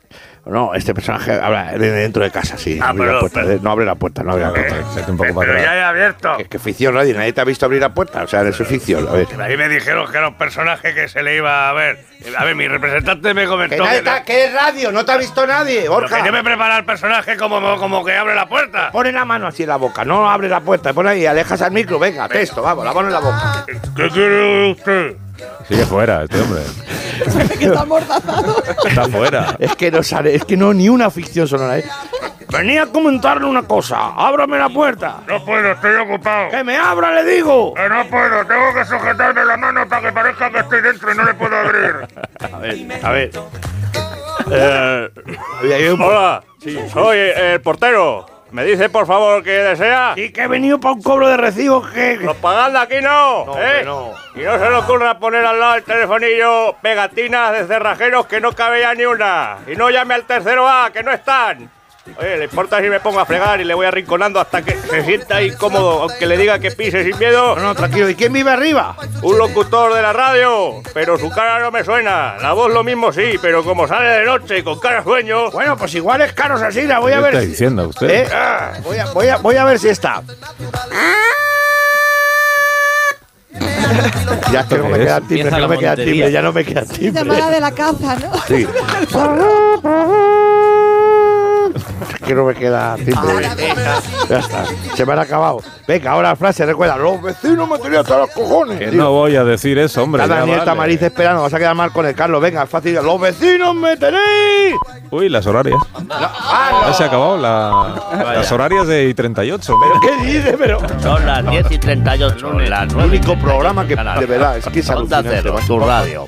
S2: No, este personaje habla de dentro de casa, sí.
S7: Ah,
S2: Abre
S7: pero-
S2: la puerta,
S7: pero-
S2: no abre la puerta, no abre la puerta.
S1: Echate un poco para
S7: Pero
S1: atrás.
S7: ya he abierto.
S2: Es que ficción radio, nadie te ha visto abrir la puerta, o sea, eso es ficción. A ver.
S7: Ahí me dijeron que era un personaje que se le iba a ver. A ver, mi representante me
S2: Que,
S7: comentó
S2: nadie
S7: que,
S2: te ha- que es radio, no te ha visto nadie,
S7: pero que
S2: Borja.
S7: debe preparar el personaje como, como que abre la puerta.
S2: Pone la mano así en la boca, no abre la puerta, pone ahí, alejas al micro, venga, texto, vamos, la mano en la boca.
S7: ¿Qué quiere usted?
S1: Sigue fuera, este hombre.
S3: que está amordazado.
S1: Está fuera.
S2: Es que no sale, es que no, ni una ficción sonora. ¿eh?
S7: Venía a comentarle una cosa. Ábrame la puerta. No puedo, estoy ocupado.
S2: ¡Que me abra, le digo!
S7: Que no puedo, tengo que sujetarme la mano para que parezca que estoy dentro y no le puedo abrir.
S2: A ver, a ver.
S7: Eh, hola, soy el portero. ¿Me dice por favor qué desea?
S2: Y que he venido para un cobro de recibo que.
S7: Los pagando aquí no,
S2: hombre,
S7: ¿eh?
S2: no.
S7: Y no se le ocurra poner al lado el telefonillo pegatinas de cerrajeros que no cabe ya ni una. Y no llame al tercero A, que no están. Oye, ¿le importa si me pongo a fregar y le voy arrinconando hasta que se sienta incómodo, aunque le diga que pise sin miedo?
S2: No, no, tranquilo, ¿y quién vive arriba?
S7: Un locutor de la radio, pero su cara no me suena. La voz lo mismo sí, pero como sale de noche con cara a sueño...
S2: Bueno, pues igual es Carlos Asina, voy
S1: ¿Qué
S2: a ver.
S1: está
S2: si-
S1: diciendo usted?
S2: ¿Eh? Ah, Voy, a, voy, a, voy a ver si está. ya es que no me
S1: ¿Qué
S2: queda
S1: es?
S2: timbre,
S4: Empieza
S2: que no
S4: la
S2: me queda
S4: montería.
S2: timbre, ya no me queda timbre.
S3: de la caza, ¿no?
S2: Sí. que no me queda tiempo. Ya está, se me han acabado. Venga, ahora la frase, recuerda, los vecinos me tenían hasta los cojones.
S1: Que
S2: tío.
S1: no voy a decir eso, hombre.
S2: Está
S1: ya
S2: Daniel
S1: vale.
S2: Tamariz esperando, vas a quedar mal con el Carlos. Venga, es fácil. ¡Los vecinos me tenéis!
S1: Uy, las horarias. Ya se ha acabado la- las horarias de I38.
S2: ¿Qué dices? Pero.
S11: Son las 10 y 38. las
S2: El único programa que, de verdad, es que es
S11: Onda
S2: alucinante,
S11: Cero,
S2: macho.
S11: tu radio.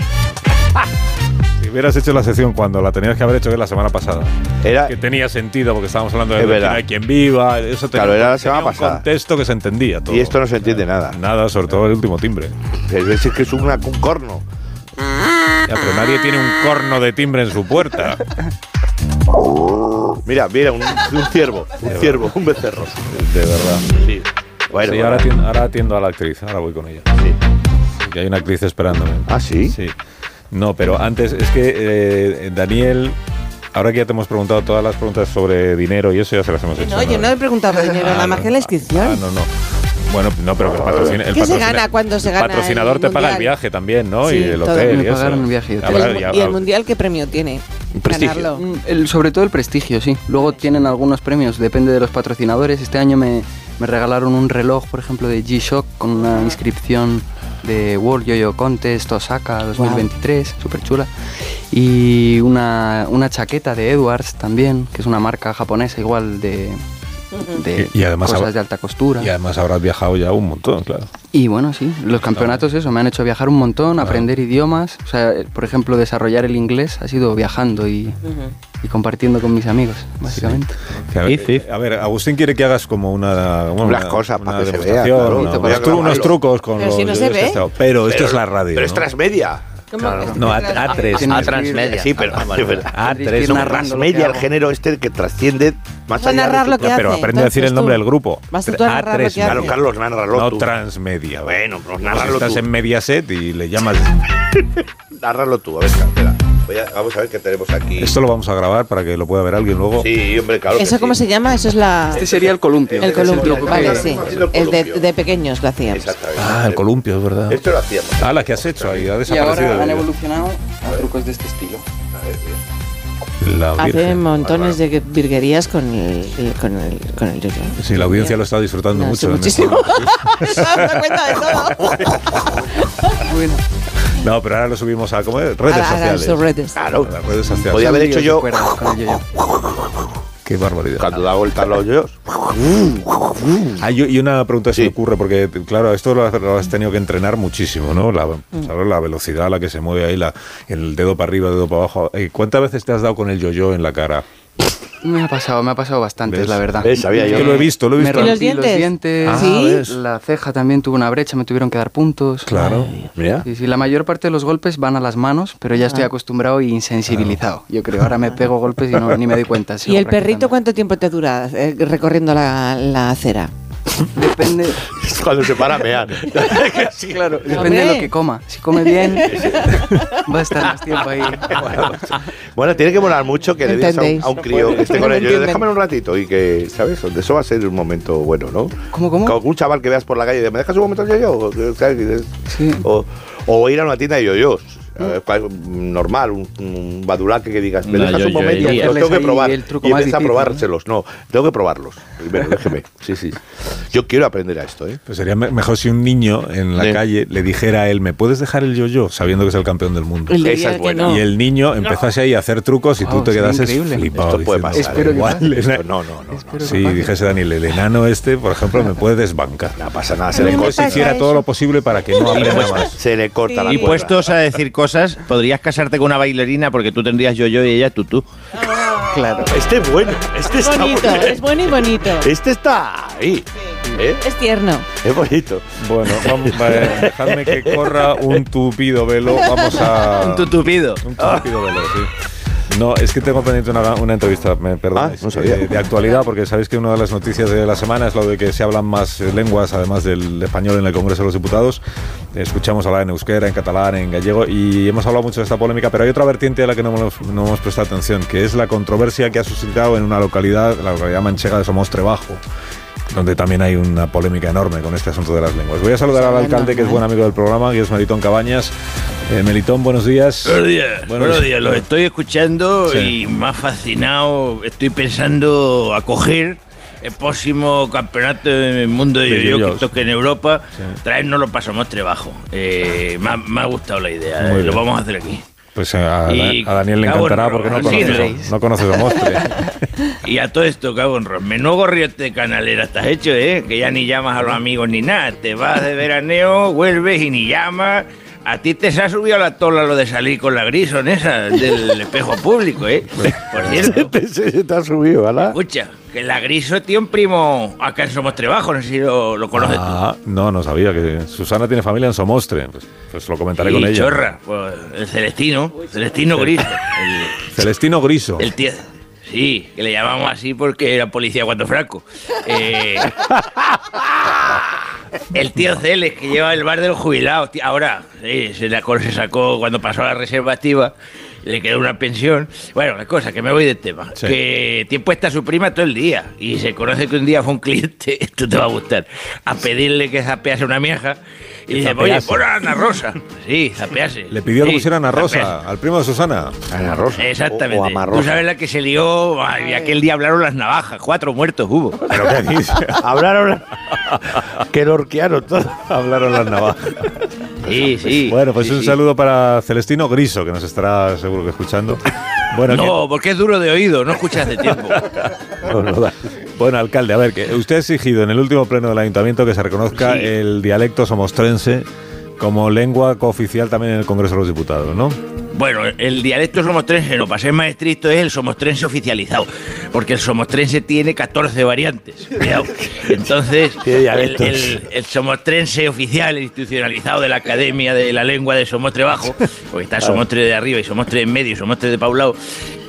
S1: Si hubieras hecho la sección cuando la tenías que haber hecho que es la semana pasada.
S2: Era-
S1: que tenía sentido porque estábamos hablando de
S2: Ah. Es
S1: que
S2: verdad.
S1: no hay quien viva. Eso tenía,
S2: Claro, era la
S1: tenía
S2: semana
S1: un
S2: pasada.
S1: contexto que se entendía todo.
S2: Y esto no se entiende nada.
S1: Nada, sobre todo el último timbre.
S2: Pero es que es una- un corno.
S1: Ya, pero nadie tiene un corno de timbre en su puerta.
S2: Mira, mira, un, un ciervo, un ciervo, un becerro.
S1: De verdad.
S2: Sí. Bueno,
S1: Sí,
S2: bueno.
S1: ahora, atiendo, ahora atiendo a la actriz, ahora voy con ella. Sí. Que hay una actriz esperándome.
S2: ¿Ah, sí?
S1: Sí. No, pero antes, es que eh, Daniel, ahora que ya te hemos preguntado todas las preguntas sobre dinero y eso, ya se las hemos hecho.
S12: No, yo no he preguntado dinero, nada más que la
S1: Ah,
S12: inscripción.
S1: no, no. Bueno, no, pero el, patrocin- el
S12: ¿Qué se
S1: patrocin-
S12: gana cuando se gana
S1: El patrocinador
S12: el
S1: te paga el
S12: mundial?
S1: viaje también, ¿no?
S12: Sí,
S1: y el
S12: todo.
S1: hotel.
S5: Me
S1: y eso.
S5: pagaron el viaje y hotel.
S1: Habrá-
S5: El mu-
S1: ya-
S12: ¿Y el mundial qué premio tiene? Ganarlo.
S5: Mm, el- sobre todo el prestigio, sí. Luego tienen algunos premios, depende de los patrocinadores. Este año me, me regalaron un reloj, por ejemplo, de G-Shock con una inscripción de World Yo-Yo Contest Osaka 2023, súper chula. Y una, una chaqueta de Edwards también, que es una marca japonesa igual de, de
S1: Y- y además
S5: cosas
S1: habrá-
S5: de alta costura.
S1: y además habrás viajado ya un montón, claro.
S5: Y bueno, sí, los campeonatos eso, me han hecho viajar un montón, aprender idiomas, o sea, eh, por ejemplo, desarrollar el inglés ha sido viajando y, y compartiendo con mis amigos, básicamente.
S1: Que a, ver, a ver, Agustín quiere que hagas como una. bueno,
S2: Unas
S1: una-
S2: cosas para
S1: una
S2: que se
S1: demostración,
S2: vea, claro,
S1: una-
S2: te voy a
S1: unos, tú- unos
S2: grabarlo.
S1: trucos con
S12: Pero
S1: los.
S12: si no se
S1: yo qué
S12: ve.
S1: sé, pero esto
S2: Pero-
S1: es la radio.
S2: Pero es
S1: ¿no?
S2: transmedia.
S12: ¿Cómo que es
S1: No, a,
S12: transmedia?
S1: A3.
S5: Ah,
S1: ¿no?
S5: A transmedia.
S2: Sí, pero
S11: Ah, vale, vale.
S1: A3.
S5: Tienes
S2: no,
S5: que ir narrando lo
S2: transmedia,
S5: que
S2: el
S5: hago.
S2: género este que trasciende más
S12: Vas a
S2: allá. de
S12: narrar
S2: tu-
S12: lo que
S1: Ya, pero
S12: hace,
S1: aprende a decir
S12: entonces
S1: el nombre
S12: tú.
S1: del grupo.
S12: Vas tú a narrar lo
S1: A3.
S12: que
S2: Claro,
S12: hace.
S2: Carlos, nárralo
S1: No
S2: tú.
S1: transmedia.
S2: Bueno, pues
S1: Pues
S2: nárralo
S1: estás
S2: tú.
S1: en Mediaset y le llamas.
S2: Nárralo tú, a ver, espera. Voy a- vamos a ver qué tenemos aquí.
S1: Esto lo vamos a grabar para que lo pueda ver alguien luego.
S2: Sí, hombre, claro.
S12: ¿Eso cómo se llama? Eso es la...
S5: Este sería el columpio.
S12: El
S1: este
S12: columpio, vale, sí.
S2: columpio.
S12: El de, de pequeños lo hacíamos.
S2: Exactamente.
S1: Ah, el columpio, es verdad.
S2: Esto lo hacíamos.
S1: Ah, la que has hecho ahí, ha
S5: Y
S1: desaparecido.
S5: ahora han
S1: de-
S5: evolucionado a trucos de este estilo.
S1: la
S12: Hace
S1: Virgen.
S12: montones de que- virguerías con el, el- con el, con el yo-yo.
S1: Sí, la audiencia lo está disfrutando
S12: No, sí,
S1: mucho. en este
S12: muchísimo.
S1: momento.
S12: Se ha dado cuenta de todo.
S1: Ah,
S5: Bueno,
S1: No, pero ahora lo subimos a ¿cómo es? redes
S12: Ahora- ahora
S1: sociales.
S12: sus redes.
S1: Claro. A las redes sociales.
S2: Podía haber
S5: son
S2: hecho
S5: líos de
S2: yo-
S5: cuerdas con el yo-yo.
S1: Qué barbaridad.
S2: Cuando da vuelta los yo.
S1: Ah, yo- y una pregunta se
S2: Sí.
S1: me ocurre, porque claro, esto lo has, lo has tenido que entrenar muchísimo, ¿no? La,
S12: Mm.
S1: ¿sabes? la velocidad a la que se mueve ahí, la, el dedo para arriba, el dedo para abajo. Eh, ¿Cuántas veces te has dado con el yo-yo en la cara?
S5: Me ha pasado, me ha pasado bastantes,
S1: ¿Ves?
S5: la verdad.
S2: ¿Ves? Sabía
S1: Es
S2: yo.
S1: que lo he visto, lo he
S5: Me
S1: visto.
S12: ¿Y los
S5: rompí
S12: dientes?
S5: los dientes,
S1: Ah,
S12: ¿Sí?
S1: ¿ves?
S5: la ceja también tuvo una brecha, me tuvieron que dar puntos.
S1: Claro.
S2: Mira.
S5: Sí, sí, la mayor parte de los golpes van a las manos, pero ya
S12: Ah.
S5: estoy acostumbrado y insensibilizado. Yo creo, ahora me pego golpes y no, ni me doy cuenta. sigo
S12: ¿Y el perrito
S5: practicando.
S12: cuánto tiempo te dura eh, recorriendo la, la acera?
S5: Depende,
S2: Cuando se para a mear.
S5: claro, depende de lo que coma. Si come bien, va a estar más tiempo ahí.
S2: Bueno, tiene que molar mucho que le digas a un,
S12: Entendéis.
S2: a un crío que esté con
S12: No
S2: el yo-yo,
S12: entienden.
S2: déjame un ratito y que, ¿sabes? Eso va a ser un momento bueno, ¿no?
S5: ¿Cómo, cómo?
S2: Con algún chaval que veas por la calle y dices, ¿me dejas un momento el yo-yo? O- ¿sabes?
S5: Sí. Mm.
S2: O, o ir a una tienda de yo-yos. eh, cual- Normal, un, un badulaque que digas, me
S4: Una
S2: dejas un
S4: yo-yoería.
S2: momento, los
S5: Darles
S2: tengo que
S5: ahí
S2: probar.
S5: el truco
S2: y
S5: más
S2: empieza a
S5: difícil,
S2: probárselos. No, tengo que probarlos. Primero, déjeme. Sí, sí. Yo quiero aprender a esto, ¿eh?
S1: Pues sería me- mejor si un niño en la
S2: Sí.
S1: calle le dijera a él, ¿me puedes dejar el yo-yo? Sabiendo que es el campeón del mundo.
S12: El de
S2: Esa es
S12: que
S2: buena.
S12: no.
S1: Y el niño empezase ahí a hacer trucos y tú
S5: Wow,
S1: te
S5: sería
S1: quedases
S5: increíble.
S1: flipado.
S2: Esto puede
S1: diciendo,
S2: pasar, ¿eh?
S5: Espero que
S1: "Igual
S5: pase.
S1: el ena-
S2: No, no, no. no.
S5: Espero que
S1: Sí,
S5: pase.
S1: dijese Daniel, el enano este, por ejemplo, me puede desbancar.
S2: No pasa nada, se
S12: A mí
S2: le,
S12: me
S1: Yo
S2: corta,
S12: pasa
S1: hiciera todo
S12: eso.
S1: lo posible para que no aprenda más.
S2: se le corta la
S4: Y
S2: cuerda.
S4: puestos a decir cosas, podrías casarte con una bailarina porque tú tendrías yo-yo y ella tú-tú.
S5: Claro.
S2: Este es bueno, este
S12: Es
S2: está
S12: bonito,
S2: bueno.
S12: es bueno y bonito.
S2: Este está ahí. ¿eh?
S12: Es tierno.
S2: Es bonito.
S1: Bueno, vamos, vale, dejadme que corra un tupido velo. Vamos a.
S4: Un tutupido.
S1: Un tupido velo, sí. No, es que tengo pendiente una, una entrevista, me perdonáis,
S2: Ah, no sabía.
S1: eh, de actualidad, porque sabéis que una de las noticias de la semana es lo de que se hablan más eh, lenguas, además del español en el Congreso de los Diputados. Escuchamos hablar en euskera, en catalán, en gallego, y hemos hablado mucho de esta polémica, pero hay otra vertiente a la que no hemos, no hemos prestado atención, que es la controversia que ha suscitado en una localidad, la localidad manchega de Somostre Bajo donde también hay una polémica enorme con este asunto de las lenguas. Voy a saludar al alcalde, que es buen amigo del programa, que es Maritón Cabañas. Eh, Melitón, buenos días.
S11: Buenos días,
S1: Bueno,
S11: buenos días. Los estoy escuchando
S1: Sí.
S11: y más fascinado. Estoy pensando acoger el próximo campeonato del mundo de
S1: De
S11: yo
S1: yo-yos.
S11: que toque en Europa. Traernos los pasamos trabajo. Eh, me, ha, me ha gustado la idea.
S1: Muy
S11: eh, lo
S1: bien.
S11: vamos a hacer aquí.
S1: Pues a,
S11: Y-
S1: a Daniel le
S11: cago en
S1: encantará
S11: Roma,
S1: porque no
S11: sí,
S1: conoces,
S11: ¿no?
S1: no conoces a Mostre.
S11: Y a todo esto, cabrón, Ron, menudo gorriote de canalera estás hecho, ¿eh? Que ya ni llamas a los amigos ni nada. Te vas de veraneo, vuelves y ni llamas. A ti te se ha subido a la tola lo de salir con la grison esa del espejo público, ¿eh? Por cierto,
S2: Se, se te ha Este subido, ¿verdad?
S11: escucha, que la griso tiene un primo acá en Somos Trabajo, no sé si lo, lo conoces tú.
S1: Ah, no, no sabía que Susana tiene familia en Somostre. Pues, pues lo comentaré
S11: Y
S1: con ella.
S11: chorra, pues, el Celestino, Celestino Griso. el-
S1: Celestino Griso.
S11: El tío. Sí, que le llamamos así porque era policía cuando Franco. Eh, el tío Celes, que lleva el bar de los jubilados. tío, ahora, sí, se, la, se sacó cuando pasó la reserva activa, le quedó una pensión. Bueno, la cosa, que me voy del tema.
S1: Sí.
S11: Que tiene puesta a su prima todo el día. Y se conoce que un día fue un cliente, esto te va a gustar, a pedirle que zapease una mieja. Y
S1: Que
S11: dice, oye,
S1: zapease.
S11: por Ana Rosa. Sí, zapease.
S1: Le pidió que
S11: Sí,
S1: pusieran a
S11: zapease.
S1: Rosa, al primo de Susana.
S2: Ana Rosa.
S11: Exactamente. Tú sabes la que se lió. ay, aquel día hablaron las navajas. Cuatro muertos hubo.
S1: Pues
S2: ¿Pero qué dices? Hablaron. que lo orquearon todo.
S1: Hablaron las navajas.
S11: Sí, sí.
S1: Bueno, pues
S11: sí,
S1: un
S11: sí.
S1: saludo para Celestino Griso, que nos estará seguro que escuchando. Bueno,
S11: no,
S1: ¿quién-
S11: porque es duro de oído. No escuchas de tiempo.
S1: No, no da. Bueno, alcalde, a ver, que usted ha exigido en el último pleno del ayuntamiento que se reconozca
S11: Sí.
S1: el dialecto somostrense como lengua cooficial también en el Congreso de los Diputados, ¿no?
S11: Bueno, el dialecto somostrense, lo para ser más estricto, es el somostrense oficializado. Porque el somostrense tiene 14 variantes. cuidado. Entonces,
S2: Tiene
S11: el,
S2: dialectos.
S11: el- el somostrense oficial, el institucionalizado de la Academia de la Lengua de Somostre Bajo, porque está Somostre de arriba y Somostre en medio y Somostre de Paulao,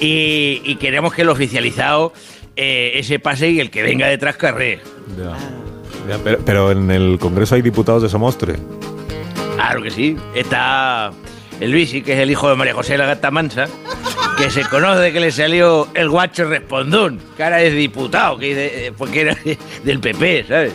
S11: y, y queremos que el oficializado eh, ese pase y el que venga detrás carree.
S1: Ya, Pero, pero en el Congreso hay diputados de Somostre.
S11: Claro que sí. Está el Luisi, que es el hijo de María José la Gata Mansa, que se conoce que le salió el guacho respondón, cara de diputado, que dice, eh, porque era del PP, ¿sabes?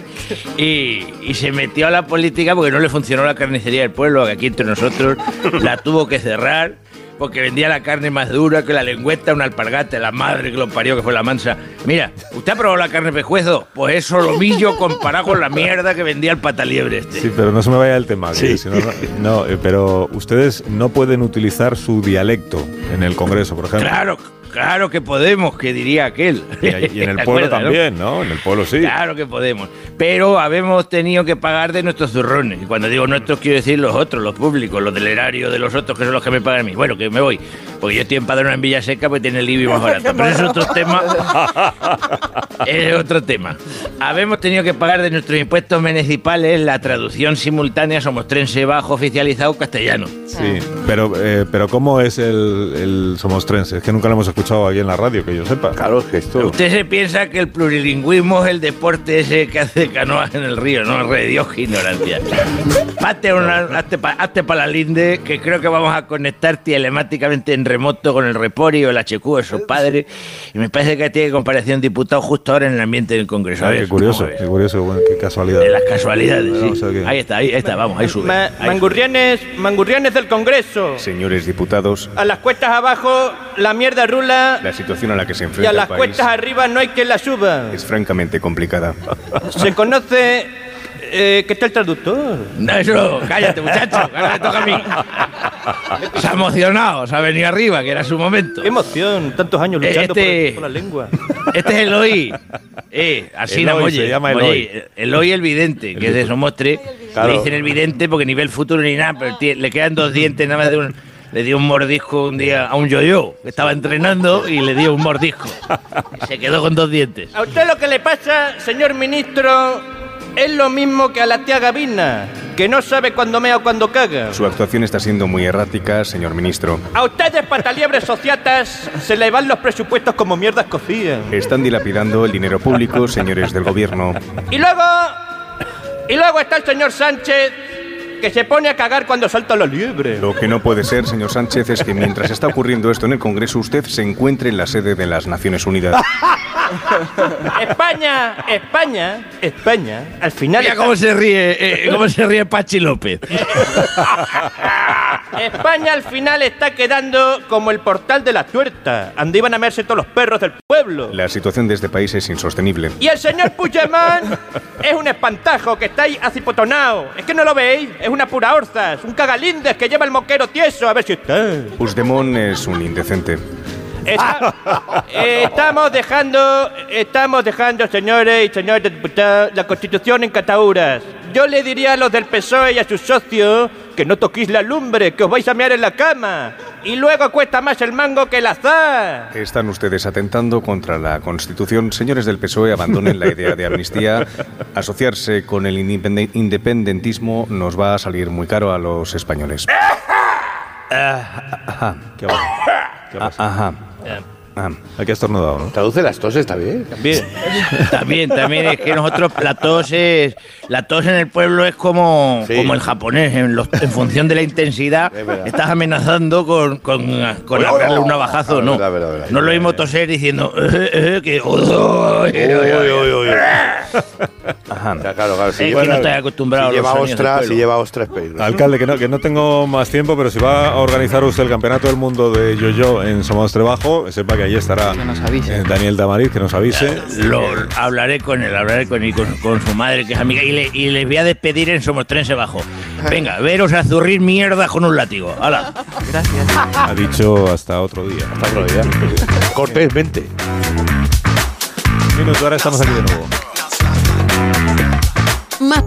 S11: Y, y se metió a la política porque no le funcionó la carnicería del pueblo, que aquí entre nosotros la tuvo que cerrar. Porque vendía la carne más dura que la lengüeta, una alpargata, la madre que lo parió, que fue la mansa. Mira, ¿usted ha probado la carne pejuezo? Pues es solomillo comparado con la mierda que vendía el pataliebre este.
S1: Sí, pero no se me vaya el tema. que si no, no- no, eh, pero ustedes no pueden utilizar su dialecto en el Congreso, por ejemplo.
S11: Claro, claro que podemos, que diría aquel.
S1: Y, y en el
S11: ¿Te
S1: pueblo
S11: acuerdas, no?
S1: también, ¿no? En el pueblo sí.
S11: Claro que podemos. Pero habemos tenido que pagar de nuestros zurrones. Y cuando digo nuestros, quiero decir los otros, los públicos, los del erario de los otros, que son los que me pagan a mí. Bueno, que me voy. Porque yo estoy en Padrona en Villaseca, pues tiene el IBI más barato. Pero es otro tema. es otro tema. Habemos tenido que pagar de nuestros impuestos municipales la traducción simultánea somostrense bajo oficializado castellano.
S1: Sí, pero, eh, pero ¿cómo es el, el somostrense? Es que nunca lo hemos escuchado aquí en la radio, que yo sepa.
S2: Claro, es que esto...
S11: Usted se piensa que el plurilingüismo es el deporte ese que hace canoas en el río, ¿no? Re Dios, qué ignorancia. Hazte, una- hazte pa- hazte pa' la linde, que creo que vamos a conectar telemáticamente en remoto con el Repori o el HQ,
S1: Eh,
S11: esos padres. Y me parece que tiene que comparecer un diputado justo ahora en el ambiente del Congreso. A
S1: Ah,
S11: ver,
S1: qué curioso,
S11: vamos a ver.
S1: qué curioso, bueno, qué casualidad.
S11: De las casualidades, sí.
S1: Vamos a ver qué-
S11: Ahí está, ahí está, vamos, ahí sube.
S9: Ma-
S11: Ahí.
S9: mangurrianes, mangurrianes del Congreso.
S8: Señores diputados,
S9: A las cuestas abajo la mierda rula
S8: la situación a la que se
S9: y
S8: enfrenta
S9: a las
S8: el país
S9: cuestas arriba no hay quien la suba.
S8: es francamente complicada.
S9: Se conoce eh, que está el traductor.
S11: No, eso, cállate, muchacho, ahora me toca a mí. Se ha emocionado, se ha venido arriba, que era su momento.
S9: Qué emoción, tantos años
S11: Eh,
S9: luchando por-
S11: este-
S9: por, la lengua.
S11: Este es Eloy. Eh, así
S1: Eloy,
S11: no oye.
S1: se llama Eloy.
S11: Oye, Eloy el vidente, que es de Somostre.
S1: Claro.
S11: Le dicen el vidente porque ni ve el futuro ni nada, pero tie- le quedan dos dientes nada más de un... Le dio un mordisco un día a un yo-yo que estaba entrenando y le dio un mordisco. Y se quedó con dos dientes.
S9: A usted lo que le pasa, señor ministro, es lo mismo que a la tía Gavina, que no sabe cuándo mea o cuándo caga.
S8: Su actuación está siendo muy errática, señor ministro.
S9: A ustedes, pataliebres sociatas, se le van los presupuestos como mierdas cocidas.
S8: Están dilapidando el dinero público, señores del gobierno.
S9: Y luego. Y luego está el señor Sánchez, que se pone a cagar cuando saltan los liebres.
S8: Lo que no puede ser, señor Sánchez, es que mientras está ocurriendo esto en el Congreso, usted se encuentre en la sede de las Naciones Unidas.
S9: España, España, España. Al final.
S11: Mira
S9: está-
S11: cómo se ríe, eh, cómo se ríe Pachi López.
S9: España al final está quedando como el portal de la tuerta, donde iban a verse todos los perros del pueblo.
S8: La situación de este país es insostenible.
S9: Y el señor Puigdemont es un espantajo que está ahí acipotonado. Es que no lo veis, es una pura orzas, un cagalindes que lleva el moquero tieso. A ver si está.
S8: Puigdemont es un indecente.
S9: Está- eh, estamos dejando, estamos dejando, señores y señores diputados, la Constitución en catauras. Yo le diría a los del PSOE E y a sus socios que no toquéis la lumbre, que os vais a mear en la cama. Y luego cuesta más el mango que el azar.
S8: Están ustedes atentando contra la Constitución. Señores del PSOE, E, abandonen la idea de amnistía. Asociarse con el independe- independentismo nos va a salir muy caro a los españoles. Ah, ajá. Ah, Ajá.
S1: Aquí has tornado, ¿no?
S2: Traduce las toses, también.
S11: Bien. También, también es que nosotros la tos es- la tos en el pueblo es como,
S2: Sí.
S11: como el japonés, en, los- en función de la intensidad
S2: verdad.
S11: estás amenazando con, con, con
S2: Hola,
S11: labrarle
S2: hola.
S11: un navajazo,
S2: Ah,
S11: no.
S2: verdad, verdad, verdad.
S11: no lo mismo toser diciendo "Eh, eh, eh", que "Oh, eh, eh, eh".
S2: Ajá. Claro, claro.
S11: Es que no estoy acostumbrado
S2: si
S11: a los
S2: lleva
S11: sonidos del
S2: ostras,
S11: pueblo.
S2: si lleva ostras, peligro.
S1: Alcalde, que no, que no tengo más tiempo, pero si va a organizar usted el Campeonato del Mundo de Yo-Yo en Somos Trabajo, sepa que ahí estará eh, Daniel Damariz, que nos avise.
S11: Lo hablaré con él, hablaré con él, con, con su madre que es amiga y, le- y les voy a despedir en Somos Trense Bajo. Venga, veros a zurrir mierda con un látigo. Hala.
S5: Gracias.
S1: Ha dicho hasta otro día. Hasta otro día.
S2: Cortésmente.
S1: Minuto, ahora estamos aquí de nuevo.
S13: Más.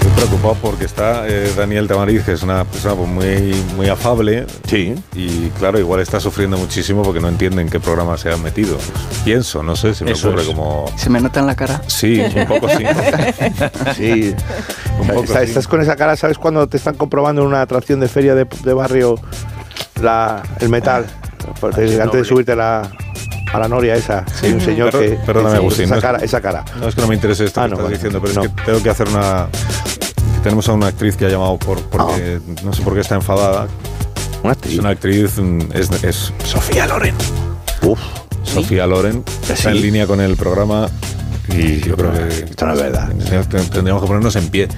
S1: Estoy preocupado porque está eh, Daniel Tamariz, que es una persona pues, muy, muy afable.
S2: Sí.
S1: Y claro, igual está sufriendo muchísimo porque no entiende en qué programa se ha metido. Pienso, no sé, se me
S5: Eso
S1: ocurre
S5: es.
S1: como.
S5: ¿Se me nota en la cara?
S1: Sí, un poco sí.
S2: Ah, Sí.
S1: poco,
S2: Está-
S1: sí.
S2: Estás con esa cara, ¿sabes cuando te están comprobando en una atracción de feria de, de barrio la, el metal? Porque
S1: sí,
S2: antes
S1: noble.
S2: de subirte a la, a la noria esa, hay un señor
S1: Pero-
S2: que.
S1: Perdóname, Agustín.
S2: Esa
S1: no es-
S2: cara. Esa cara.
S1: No es que Ah, no me interese esto que estás diciendo, pero es que tengo que hacer una. que Tenemos a una actriz que ha llamado por, porque no sé por qué está enfadada.
S2: Una actriz.
S1: Es Ah. una actriz, mm, es, es Sofía Loren.
S2: Uf.
S1: Sofía Loren está en línea con el programa y yo creo que. Esto no es verdad. Tendríamos que ponernos en pie.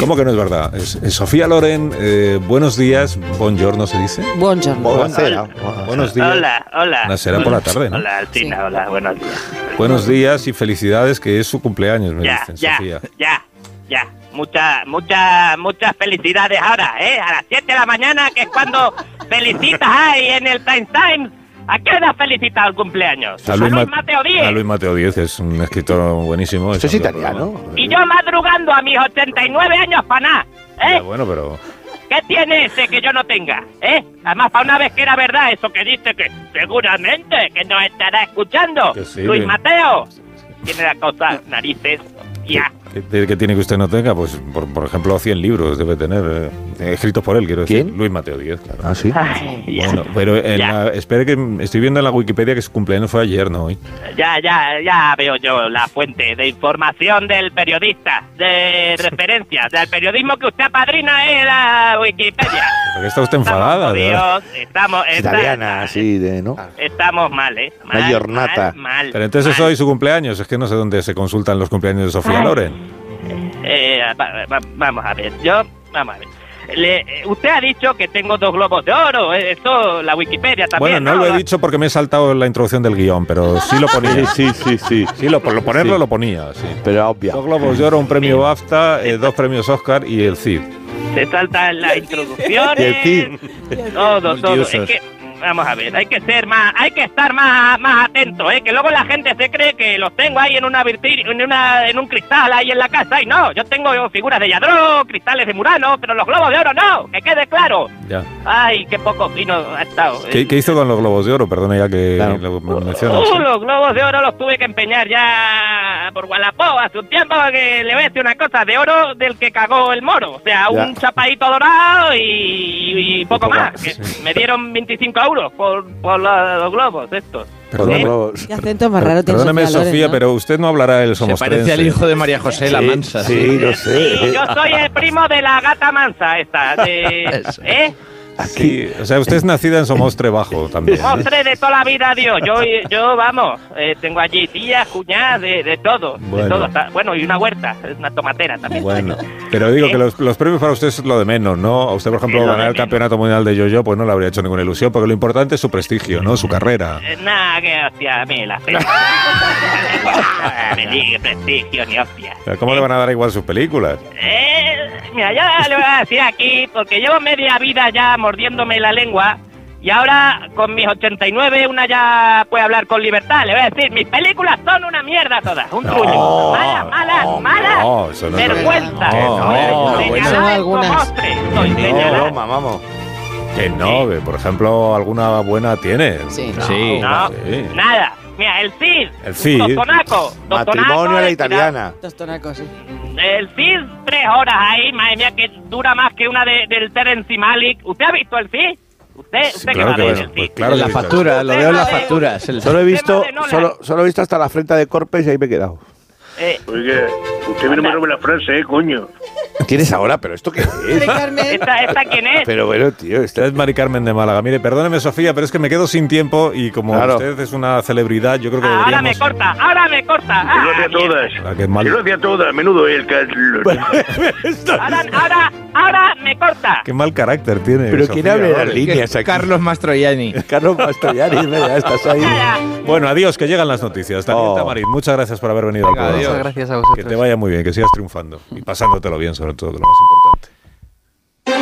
S1: ¿Cómo que no es verdad? Es- es Sofía Loren, eh, buenos días, buongiorno se dice.
S3: Buongiorno.
S1: Buonasera. Buenos días.
S14: Hola, hola.
S1: Nacerá por la tarde, ¿no?
S14: Hola, Alcina, hola, buenos días.
S1: Buenos días y felicidades, que es su cumpleaños, me
S14: Ya,
S1: dicen,
S14: ya,
S1: Sofía.
S14: ya, ya. Muchas, muchas, muchas felicidades ahora, ¿eh? A las 7 de la mañana, que es cuando felicitas ahí en el Time Times. ¿A qué hora has felicitado el cumpleaños?
S1: A Luis, Ma-
S14: Mateo
S1: a
S14: 10.
S1: Luis Mateo Díez es un escritor buenísimo. Esto es italiano.
S14: Y yo madrugando a mis 89 años para nada, ¿eh?
S1: Bueno, pero
S14: ¿Qué tiene ese que yo no tenga? ¿Eh? Además, para una vez que era verdad eso que dice que seguramente que nos estará escuchando.
S1: Que sí,
S14: Luis
S1: Luis.
S14: Mateo. Tiene la cosa, narices, ya.
S1: ¿qué, te- qué tiene que usted no tenga? Pues, por, por ejemplo, 100 libros debe tener, eh, escritos por él, quiero decir. Luis Mateo Díez, claro.
S2: Ah, sí.
S1: Bueno, pero eh, en la- espere que m- estoy viendo en la Wikipedia que su cumpleaños fue ayer, ¿no? Hoy.
S14: Ya, ya, ya veo yo la fuente de información del periodista, de referencia, del periodismo que usted apadrina en la Wikipedia.
S1: ¿Por qué está usted enfadada? de verdad?
S14: Dios, estamos, está-
S2: Italiana, así de, ¿no?
S14: estamos mal, ¿eh? Mal,
S2: Una giornata.
S14: Mal, mal.
S1: Pero entonces es hoy su cumpleaños, es que no sé dónde se consultan los cumpleaños de Sofía
S14: Ay.
S1: Loren.
S14: Eh, va- va- vamos a ver, yo, vamos a ver. Le- eh, usted ha dicho que tengo dos globos de oro, eh, eso la Wikipedia
S1: Bueno,
S14: también.
S1: no lo he dicho porque me he saltado la introducción del guión, pero sí lo ponía.
S2: Sí, sí, sí.
S1: Sí, lo, por lo ponerlo lo ponía, sí.
S2: Pero obvia.
S1: Dos globos de oro, un premio BAFTA, eh, dos premios Oscar y el CID.
S14: Se saltan las introducciones.
S1: Y el CID.
S14: Todo, todo. Es
S1: Multiusos.
S14: que, vamos a ver, hay que ser más, hay que estar más, más atento, ¿eh? que luego la gente se cree que los tengo ahí en una virti- en una, en un cristal ahí en la casa y no, yo tengo figuras de Yadró, cristales de Murano, pero los globos de oro no, que quede claro.
S1: Ya.
S14: Ay, qué poco fino ha estado. ¿eh?
S1: ¿Qué, qué hizo con los globos de oro? Perdona ya que lo me lo mencionas.
S9: Oh,
S14: Uh, los globos de oro los tuve que empeñar ya por Gualapó hace un tiempo que le voy a decir una cosa, de oro del que cagó el moro, o sea,
S1: Ya.
S14: un chapadito dorado y, y poco más. que me dieron 25 euros por, por la- los globos estos.
S1: Perdón,
S3: Perdón. Qué acento más raro tiene
S1: Perdóname,
S3: Sofía Loren,
S1: Sofía,
S3: ¿no?
S1: pero usted no hablará el
S4: Se
S1: somos
S4: parece al
S1: Trense.
S4: hijo de María José La
S1: Sí,
S4: Mansa.
S1: sí, lo sé.
S14: Yo soy el primo de la gata mansa esta. De, ¿Eh?
S1: Sí, o sea, usted es nacida en Somostre Bajo también. ¿no?
S14: Hombre, de toda la vida, Dios. Yo, yo vamos, eh, tengo allí tías, cuñadas, de, de todo.
S1: Bueno.
S14: De todo. Está- Bueno, y una huerta, una tomatera también.
S1: Bueno, pero digo que los, los premios para usted es lo de menos, ¿no? A usted, por ejemplo,
S14: Es lo de
S1: ganar el
S14: menos.
S1: campeonato mundial de yo-yo, pues no le habría hecho ninguna ilusión, porque lo importante es su prestigio, ¿no? Su carrera.
S14: Eh, Nada, que hostia, a mí la fe. Me diga prestigio ni hostia.
S1: Pero ¿Cómo le van a dar igual sus películas?
S14: Eh, mira, ya le voy a decir aquí, porque llevo media vida ya mordiéndome la lengua. Y ahora, con mis 89, una ya puede hablar con libertad. Le voy a decir, mis películas son una mierda todas. Un truño. Mala, mala, mala.
S1: No, eso no es
S14: vergüenza.
S1: verdad. No, no,
S14: Señalada
S1: bueno.
S14: en
S1: algunas.
S14: Somostre. Estoy señalada.
S1: No, vamos. Que no, que, por ejemplo, alguna buena tiene. Sí,
S14: Sí. No, nada. Mira, el CID.
S1: El Cid.
S14: Totonaco. Totonaco, el
S3: Tostonacos, sí.
S14: El CID, tres horas ahí, madre mía, que dura más que una de- del Terence Malik. ¿Usted ha visto el CID? ¿Usted, usted qué va a ver?
S1: pues
S11: En la factura, lo veo en las facturas. El-
S2: Solo he visto, solo, solo he visto hasta la frente de Corpes y ahí me he quedado.
S13: Oiga, usted no me robe la frase, ¿eh, coño?
S2: ¿Tienes ahora? ¿Pero esto qué es?
S14: ¿Esta, esta quién es?
S1: Pero bueno, tío, usted es Mari Carmen de Málaga. Mire, perdóneme, Sofía, pero es que me quedo sin tiempo y como
S2: Claro.
S1: usted es una celebridad, yo creo que
S14: Ahora me
S1: deberíamos...
S14: corta, ahora me corta.
S13: Se lo
S14: Ah,
S13: hacía todas.
S1: Ah, qué mal-
S13: Se lo hacía todas. Menudo eh, el
S14: ahora, ahora, ahora me corta.
S1: Qué mal carácter tiene.
S2: Pero
S1: Sofía,
S2: ¿quién abre las
S1: hombre?
S2: líneas aquí? Carlos
S11: Mastroianni.
S2: Carlos Mastroianni, es verdad, estás ahí.
S1: Bueno, adiós, que llegan las noticias. También, Tamarit, muchas gracias por haber venido al
S5: Venga,
S1: programa.
S5: adiós. Muchas gracias a vosotros.
S1: Que te vaya muy bien, que sigas triunfando y pasándotelo bien, sobre todo, que es lo más importante.